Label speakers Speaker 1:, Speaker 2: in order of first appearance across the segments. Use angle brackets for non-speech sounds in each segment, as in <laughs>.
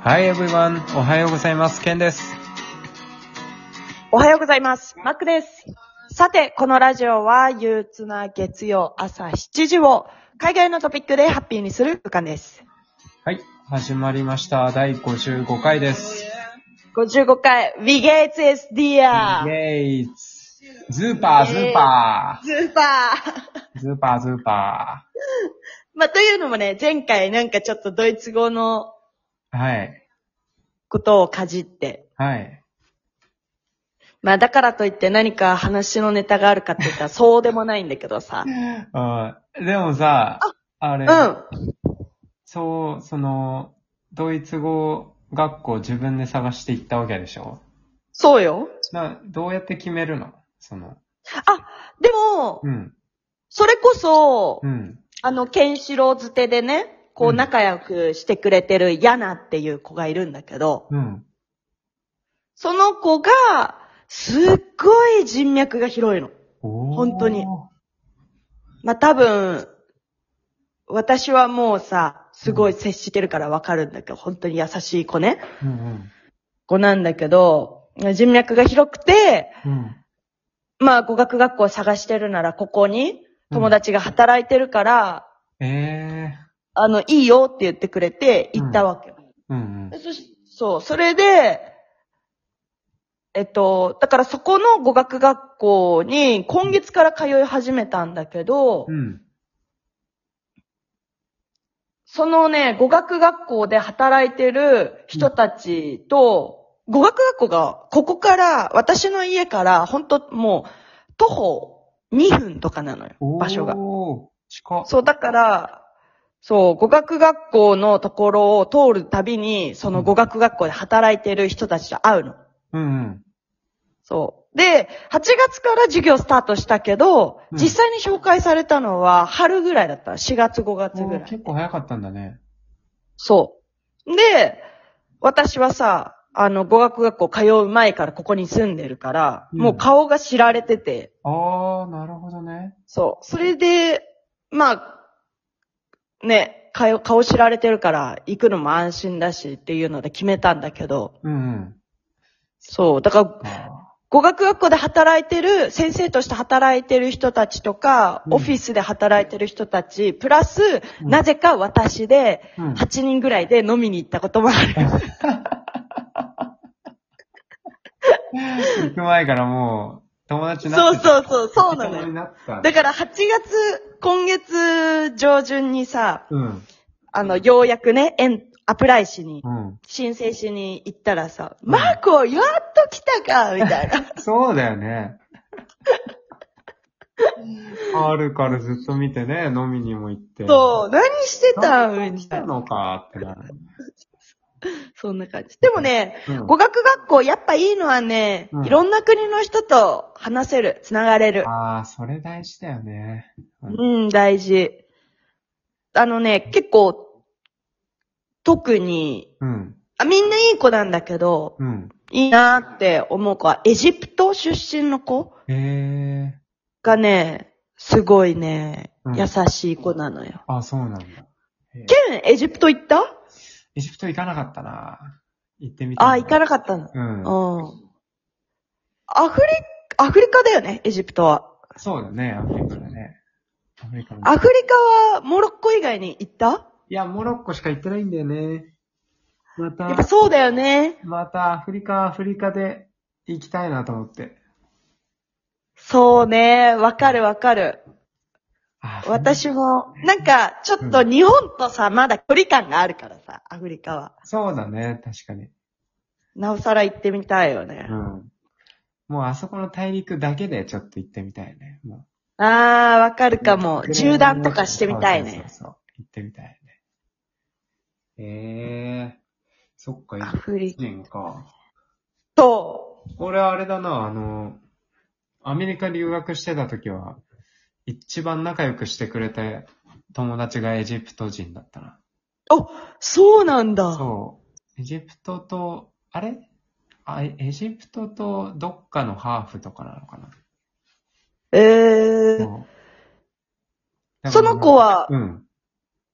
Speaker 1: Hi everyone! おはようございます。ケンです。
Speaker 2: おはようございます。マックです。さて、このラジオは憂鬱な月曜朝7時を海外のトピックでハッピーにするうかんです。
Speaker 1: はい。始まりました。第55回です。
Speaker 2: 55回、We Gates is
Speaker 1: イ
Speaker 2: Dear!
Speaker 1: ェーイズーパー、ズーパ
Speaker 2: スーパー
Speaker 1: ー。ズーパー、ズーパ
Speaker 2: まあ、というのもね、前回なんかちょっとドイツ語の
Speaker 1: ー。はい。
Speaker 2: ことをかじって、
Speaker 1: はい。
Speaker 2: まあだからといって何か話のネタがあるかって言った <laughs> らそうでもないんだけどさ。
Speaker 1: あでもさ、あ
Speaker 2: う
Speaker 1: れ、
Speaker 2: ん。あ
Speaker 1: そう、その、ドイツ語学校自分で探して行ったわけでしょ
Speaker 2: そうよ。
Speaker 1: な、どうやって決めるのその、
Speaker 2: でも、
Speaker 1: うん、
Speaker 2: それこそ
Speaker 1: う、ん。
Speaker 2: あの、ケンシロウズテでね、こ
Speaker 1: う
Speaker 2: うん仲良くしてくれてるヤナっていう子がいるんだけど、
Speaker 1: うん。
Speaker 2: その子が、すっごい人脈が広いの。
Speaker 1: おー
Speaker 2: 本当にまあ、多分、私はもうさ、すごい接してるからわかるんだけど、本当に優しい子ね、
Speaker 1: うんうん。
Speaker 2: 子なんだけど、人脈が広くて、
Speaker 1: うん。
Speaker 2: まあ、語学学校を探してるなら、ここに友達が働いてるから、
Speaker 1: え
Speaker 2: あの、いいよって言ってくれて、行ったわけ。
Speaker 1: えー。うん
Speaker 2: そし、そう、それで、えっと、だからそこの語学学校に今月から通い始めたんだけど
Speaker 1: うん。う、ん。
Speaker 2: そのね、語学学校で働いてる人たちと、語学学校がここから、私の家から、本当もう、徒歩2分とかなのよ、
Speaker 1: おー
Speaker 2: 場所が。。
Speaker 1: 近っ。
Speaker 2: そう、だから、そう、語学学校のところを通るたびに、その語学学校で働いてる人たちと会うの。
Speaker 1: うんうん。
Speaker 2: そう。で、8月から授業スタートしたけど、
Speaker 1: うん
Speaker 2: 実際に紹介されたのは春ぐらいだった。4月5月
Speaker 1: お
Speaker 2: ぐ
Speaker 1: ー
Speaker 2: らい。
Speaker 1: 結構早かったんだね。
Speaker 2: そう。で、私はさ、あの、語学学校通う前からここに住んでるから、
Speaker 1: うん
Speaker 2: もう顔が知られてて、
Speaker 1: ああ、なるほどね。
Speaker 2: そう。それで、まあ、ね、顔顔知られてるから行くのも安心だしっていうので決めたんだけど、
Speaker 1: うんうん。
Speaker 2: そう。だから、
Speaker 1: あ
Speaker 2: 語学学校で働いてる、先生として働いてる人たちとか、
Speaker 1: うん
Speaker 2: オフィスで働いてる人たち、プラス、
Speaker 1: うん
Speaker 2: なぜか私で、
Speaker 1: ーうん。
Speaker 2: 8人ぐらいで飲みに行ったこともある。
Speaker 1: 行く前からもう、友達にな
Speaker 2: そ
Speaker 1: っ
Speaker 2: う
Speaker 1: て
Speaker 2: そうそう、そうなの
Speaker 1: 友達に
Speaker 2: よ。
Speaker 1: なってたんだ
Speaker 2: だから8月、今月上旬にさ、
Speaker 1: うん。
Speaker 2: あの、ようやくね、エン、アプライしに、
Speaker 1: うん。
Speaker 2: 申請しに行ったらさ、
Speaker 1: うん
Speaker 2: マーコ、やっと来たかみたいな。
Speaker 1: <laughs> そうだよね。春からずっと見てね、飲みにも行って。
Speaker 2: そう、何して
Speaker 1: う
Speaker 2: たみ
Speaker 1: 来た
Speaker 2: たいな。
Speaker 1: のかってなる。
Speaker 2: そんな感じ。でもね、
Speaker 1: うん
Speaker 2: 語学学校、やっぱいいのはね、
Speaker 1: うん
Speaker 2: いろんな国の人と話せる、つながれる。
Speaker 1: ああ、それ大事だよね。
Speaker 2: うん、大事。あのね、結構、特に、
Speaker 1: うん。
Speaker 2: あみんないい子なんだけど、
Speaker 1: うん。
Speaker 2: いいなって思う子は、エジプト出身の子
Speaker 1: へえー。
Speaker 2: がね、すごいね
Speaker 1: う、ん
Speaker 2: 優しい子なのよ。
Speaker 1: あそうなんだ。
Speaker 2: ケン、エジプト行った
Speaker 1: エジプト行かなかったな。行ってみたい。
Speaker 2: あ、行かなかったの。
Speaker 1: うん。
Speaker 2: うん。アフリ、アフリカだよね、エジプトは。
Speaker 1: そうだね、アフリカだね。アフリカだね
Speaker 2: アフリカは、モロッコ以外に行った
Speaker 1: いや、モロッコしか行ってないんだよね。ま
Speaker 2: やっぱ
Speaker 1: た、
Speaker 2: そうだよね。
Speaker 1: またアフリカ、アフリカで行きたいなと思って。
Speaker 2: そうね。わかるわかる。
Speaker 1: あ、
Speaker 2: 私も、なんか、ちょっと日本とさ、まだ距離感があるからさ、アフリカは。
Speaker 1: そうだね、確かに。
Speaker 2: なおさら行ってみたいよね
Speaker 1: う。ん。もうあそこの大陸だけでちょっと行ってみたいね。も
Speaker 2: あー、わかる
Speaker 1: う
Speaker 2: かも。縦断とかしてみたい
Speaker 1: そう
Speaker 2: ね
Speaker 1: そう。そう。行ってみたいね。ええー。そっか、
Speaker 2: ア
Speaker 1: 1
Speaker 2: フリカ。
Speaker 1: 年か。
Speaker 2: そ
Speaker 1: 俺あれだな、あの、アメリカ留学してた時は、一番仲良くしてくれた友達がエジプト人だったな。
Speaker 2: う。そうなんだ。
Speaker 1: そう。エジプトと、あれあエエジプトとどっかのハーフとかなのかな。
Speaker 2: えー。
Speaker 1: そう
Speaker 2: その子、は
Speaker 1: う、ん。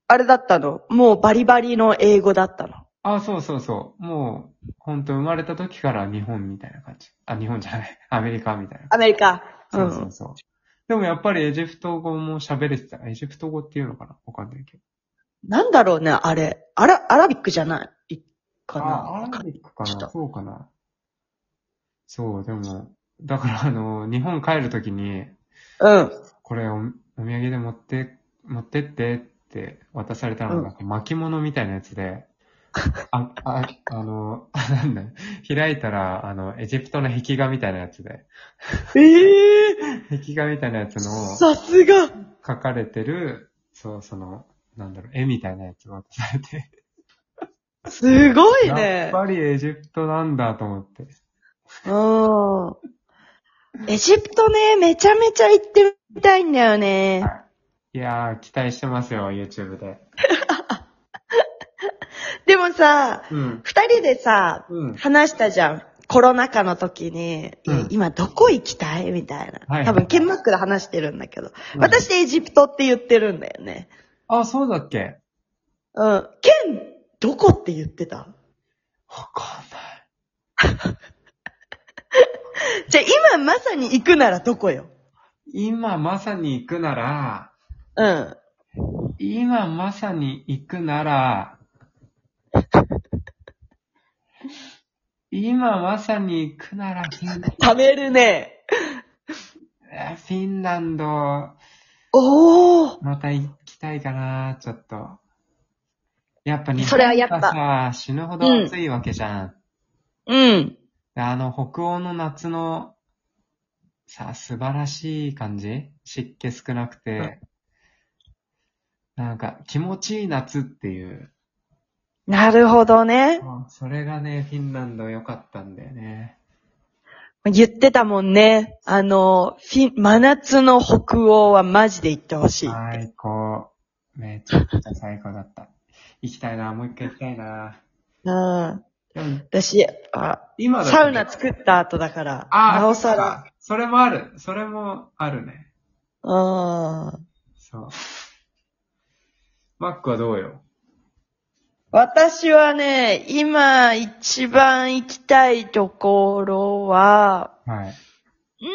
Speaker 2: あれだったのもうバリバリの英語だったの。
Speaker 1: あ、そうそうそう。もう、本当生まれた時から日本みたいな感じ。あ、日本じゃない。アメリカみたいな。
Speaker 2: アメリカ。う
Speaker 1: そ
Speaker 2: ん。
Speaker 1: うそうそう。でもやっぱりエジプト語も喋れてた。エジプト語っていうのかなわかんないけど。
Speaker 2: なんだろうね、あれ。アラ、アラビックじゃないか
Speaker 1: あ、ア
Speaker 2: な。
Speaker 1: ラビックか
Speaker 2: ちょっと
Speaker 1: なそうかな。そう、でも、だからあの、日本帰るときに、
Speaker 2: うん。
Speaker 1: これおお土産で持って、持ってってって渡されたのが、なんか巻物みたいなやつで、 <laughs> あ、あ、あの、 <laughs> なんだ、開いたら、あの、エジプトの壁画みたいなやつで、
Speaker 2: ええ
Speaker 1: <laughs> 壁画みたいなやつの
Speaker 2: さすが
Speaker 1: 書かれてる、そう、その、なんだろう、絵みたいなやつが渡されて、
Speaker 2: すごい
Speaker 1: やっ
Speaker 2: ね。
Speaker 1: ぱりエジプトなんだと思って。
Speaker 2: うん。エジプトね、めちゃめちゃ行ってみたいんだよね。
Speaker 1: いやー、期待してますよ、YouTube で。
Speaker 2: でもさ、
Speaker 1: うん。
Speaker 2: 二人でさ、
Speaker 1: うん。
Speaker 2: 話したじゃん。コロナ禍の時に、
Speaker 1: うん
Speaker 2: い今どこ行きたいみたい
Speaker 1: はいは
Speaker 2: な。
Speaker 1: い
Speaker 2: 多分、ケンマックで話してるんだけど。、私エジプトって言ってるんだよね。
Speaker 1: あ、そうだっけ
Speaker 2: うん。ケン、どこって言ってた
Speaker 1: わかんない。
Speaker 2: じゃあ今まさに行くならどこよ
Speaker 1: 今まさに行くなら、
Speaker 2: うん。
Speaker 1: 今まさに行くな
Speaker 2: <laughs>
Speaker 1: ら、今まさに行くならフィン、
Speaker 2: 食べるね。
Speaker 1: えーフィンランド、
Speaker 2: おー。
Speaker 1: また行きたいかな、ちょっと。やっぱ日
Speaker 2: そ
Speaker 1: 本
Speaker 2: れはやっぱ
Speaker 1: がさ、死ぬほど暑いわけじゃん。
Speaker 2: うん。
Speaker 1: あの、北欧の夏の、さ、素晴らしい感じ湿気少なくて、なんか気持ちいい夏っていう。
Speaker 2: なるほどね。
Speaker 1: あそれがね、フィンランド良かったんだよね。
Speaker 2: 言ってたもんね。あの、フィン、真夏の北欧はマジで行ってほしい。
Speaker 1: 最高。めちゃくちゃ最高だった。行きたいな、もう一回行きたいな。
Speaker 2: うん。
Speaker 1: でも
Speaker 2: 私、あ、
Speaker 1: 今だとね
Speaker 2: サウナ作った後だから、
Speaker 1: あ
Speaker 2: なおさら。。
Speaker 1: それもある。それもあるね。
Speaker 2: うん。
Speaker 1: そう。マックはどうよ
Speaker 2: 私はね、今一番行きたいところは、
Speaker 1: はい。
Speaker 2: うーん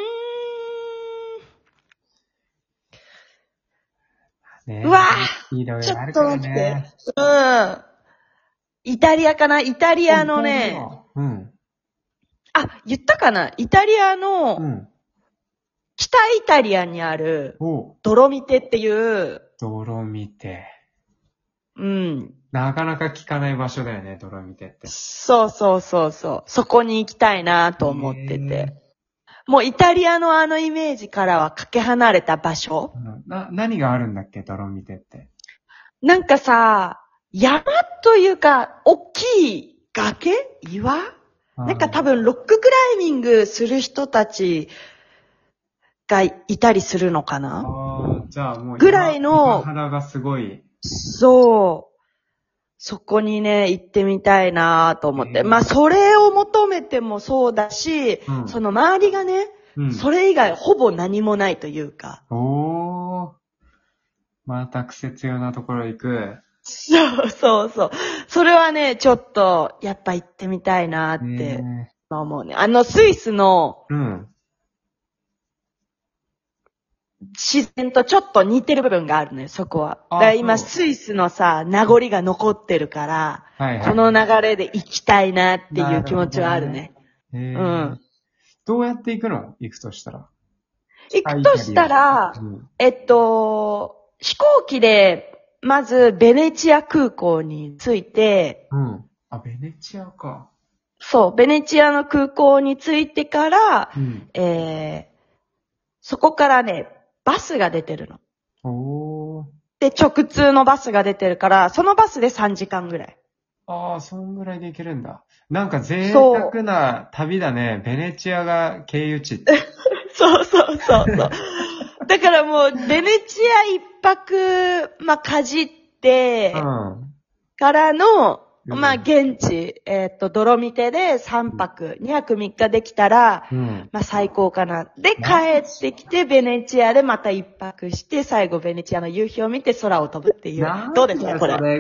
Speaker 1: ね
Speaker 2: うわ
Speaker 1: いろい
Speaker 2: ちょ
Speaker 1: ろある
Speaker 2: っ
Speaker 1: か
Speaker 2: と
Speaker 1: ら
Speaker 2: 待って
Speaker 1: ね。。
Speaker 2: うん。イタリアかなイタリアの
Speaker 1: イタリ
Speaker 2: ね、
Speaker 1: ア。うん。
Speaker 2: あ、言ったかなイタリア
Speaker 1: う
Speaker 2: の、
Speaker 1: ん。
Speaker 2: 北イタリアにある、
Speaker 1: おう
Speaker 2: ドロミテっていう、
Speaker 1: 泥見て。
Speaker 2: うん。
Speaker 1: なかなか聞かない場所だよね、泥見てって。
Speaker 2: そうそうそうそう。そこに行きたいなと思ってて。もうイタリアのあのイメージからはかけ離れた場所
Speaker 1: うんな、何があるんだっけ、泥見てって。
Speaker 2: なんかさ、山というか、大きい崖岩なんか多分ロッククライミングする人たちがいたりするのかな
Speaker 1: ああ、じゃあもう今、
Speaker 2: ぐらいの
Speaker 1: 今肌がすごい。
Speaker 2: そう。そこにね、行ってみたいなと思って。
Speaker 1: うん
Speaker 2: まあ、それを求めてもそうだし、
Speaker 1: うん
Speaker 2: その周りがね、
Speaker 1: うん。
Speaker 2: それ以外ほぼ何もないというか。
Speaker 1: おー。また癖強なところ行く。
Speaker 2: そうそうそう。それはね、ちょっと、やっぱ行ってみたいなって
Speaker 1: ね
Speaker 2: 思うね。あの、スイスの
Speaker 1: えうん。
Speaker 2: 自然とちょっと似てる部分があるのよ、そこは。
Speaker 1: あ
Speaker 2: だから今、
Speaker 1: そう
Speaker 2: スイスのさ、名残が残ってるから、
Speaker 1: はいはい。
Speaker 2: この流れで行きたいなっていう気持ちはあるね。
Speaker 1: えー
Speaker 2: うん
Speaker 1: どうやって行くの行くとしたら。
Speaker 2: 行くとしたら
Speaker 1: う、ん
Speaker 2: えっと、飛行機で、まず、ベネチア空港に着いて、
Speaker 1: うん。あ、ベネチアか。
Speaker 2: そう、ベネチアの空港に着いてから、
Speaker 1: うん。
Speaker 2: えー、そこからね、バスが出てるの。
Speaker 1: おー。
Speaker 2: で、直通のバスが出てるから、そのバスで3時間ぐらい。
Speaker 1: ああ、そんぐらいで行けるんだ。なんか贅
Speaker 2: そう
Speaker 1: 沢な旅だね。ベネチアが経由地って。
Speaker 2: そうそうそうそう。 <laughs> だからもう、ベネチア一泊、まあ、かじって
Speaker 1: う、ん。
Speaker 2: からの、
Speaker 1: うん
Speaker 2: まあ、現地、えーっと、泥見てで3泊、2泊3日できたら、
Speaker 1: うん。
Speaker 2: まあ、最高かな。で、帰ってきて、ベネチアでまた一泊して、最後、ベネチアの夕日を見て空を飛ぶっていう
Speaker 1: なん。だ
Speaker 2: どうですか、これ
Speaker 1: そ。れ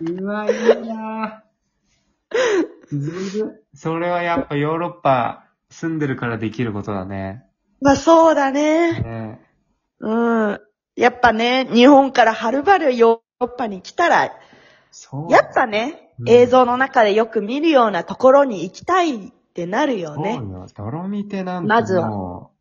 Speaker 1: うわ
Speaker 2: <laughs>
Speaker 1: うわ、いいなぁ。ずるそれはやっぱヨーロッパ住んでるからできることだね。
Speaker 2: まあそうだね。
Speaker 1: ね
Speaker 2: うん。やっぱね、日本からはるばるヨーロッパに来たら、
Speaker 1: そう。
Speaker 2: やっぱね、
Speaker 1: うん
Speaker 2: 映像の中でよく見るようなところに行きたいってなるよ
Speaker 1: そう
Speaker 2: ね。
Speaker 1: よ。泥見てなんて
Speaker 2: まずは
Speaker 1: も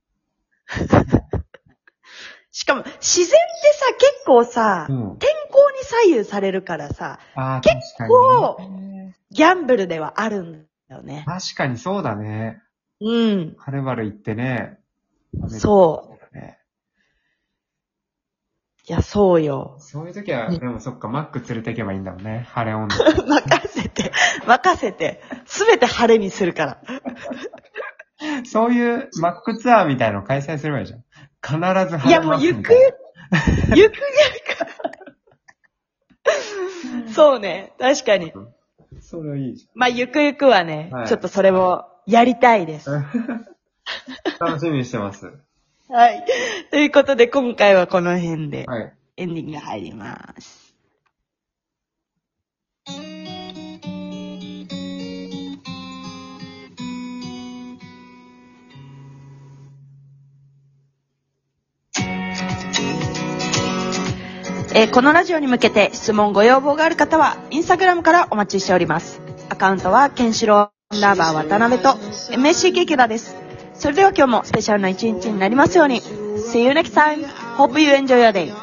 Speaker 2: しかも、自然ってさ、結構さ、
Speaker 1: う、うん。
Speaker 2: 天候に左右されるからさ、
Speaker 1: ああ、確か
Speaker 2: 構
Speaker 1: にね。
Speaker 2: ギャンブルではあるんだよね。
Speaker 1: 確かにそうだね。
Speaker 2: うん。
Speaker 1: はるばる行ってね。。
Speaker 2: そう
Speaker 1: ね、
Speaker 2: いや、そうよ。
Speaker 1: そういう時は、
Speaker 2: ね
Speaker 1: でもそっか、マック連れてけばいいんだもんね。晴れ女。
Speaker 2: 任せて、任せて、すべて晴れにするから。
Speaker 1: そういうマックツアーみたいの開催すればいいじゃん。必ず晴
Speaker 2: い
Speaker 1: れ
Speaker 2: や、
Speaker 1: ま
Speaker 2: もう
Speaker 1: す
Speaker 2: ゆ
Speaker 1: み
Speaker 2: く
Speaker 1: たいな
Speaker 2: ゆく、ゆくゆく。 <laughs> そうね、確かに。
Speaker 1: それはいいじ
Speaker 2: まあ、ゆくゆくはね、
Speaker 1: はい
Speaker 2: ちょっとそれもやりたいです。
Speaker 1: ゃん。 <laughs> 楽しみにしてます。
Speaker 2: はい。ということで、今回はこの辺で
Speaker 1: はい。
Speaker 2: エンディングが入ります。えーこのラジオに向けて質問ご要望がある方は、インスタグラムからお待ちしております。アカウントは、ケンシロウ、アンダーバー渡辺と、MSC ケケラです。それでは今日もスペシャルな一日になりますように。See you next time. Hope you enjoy your day.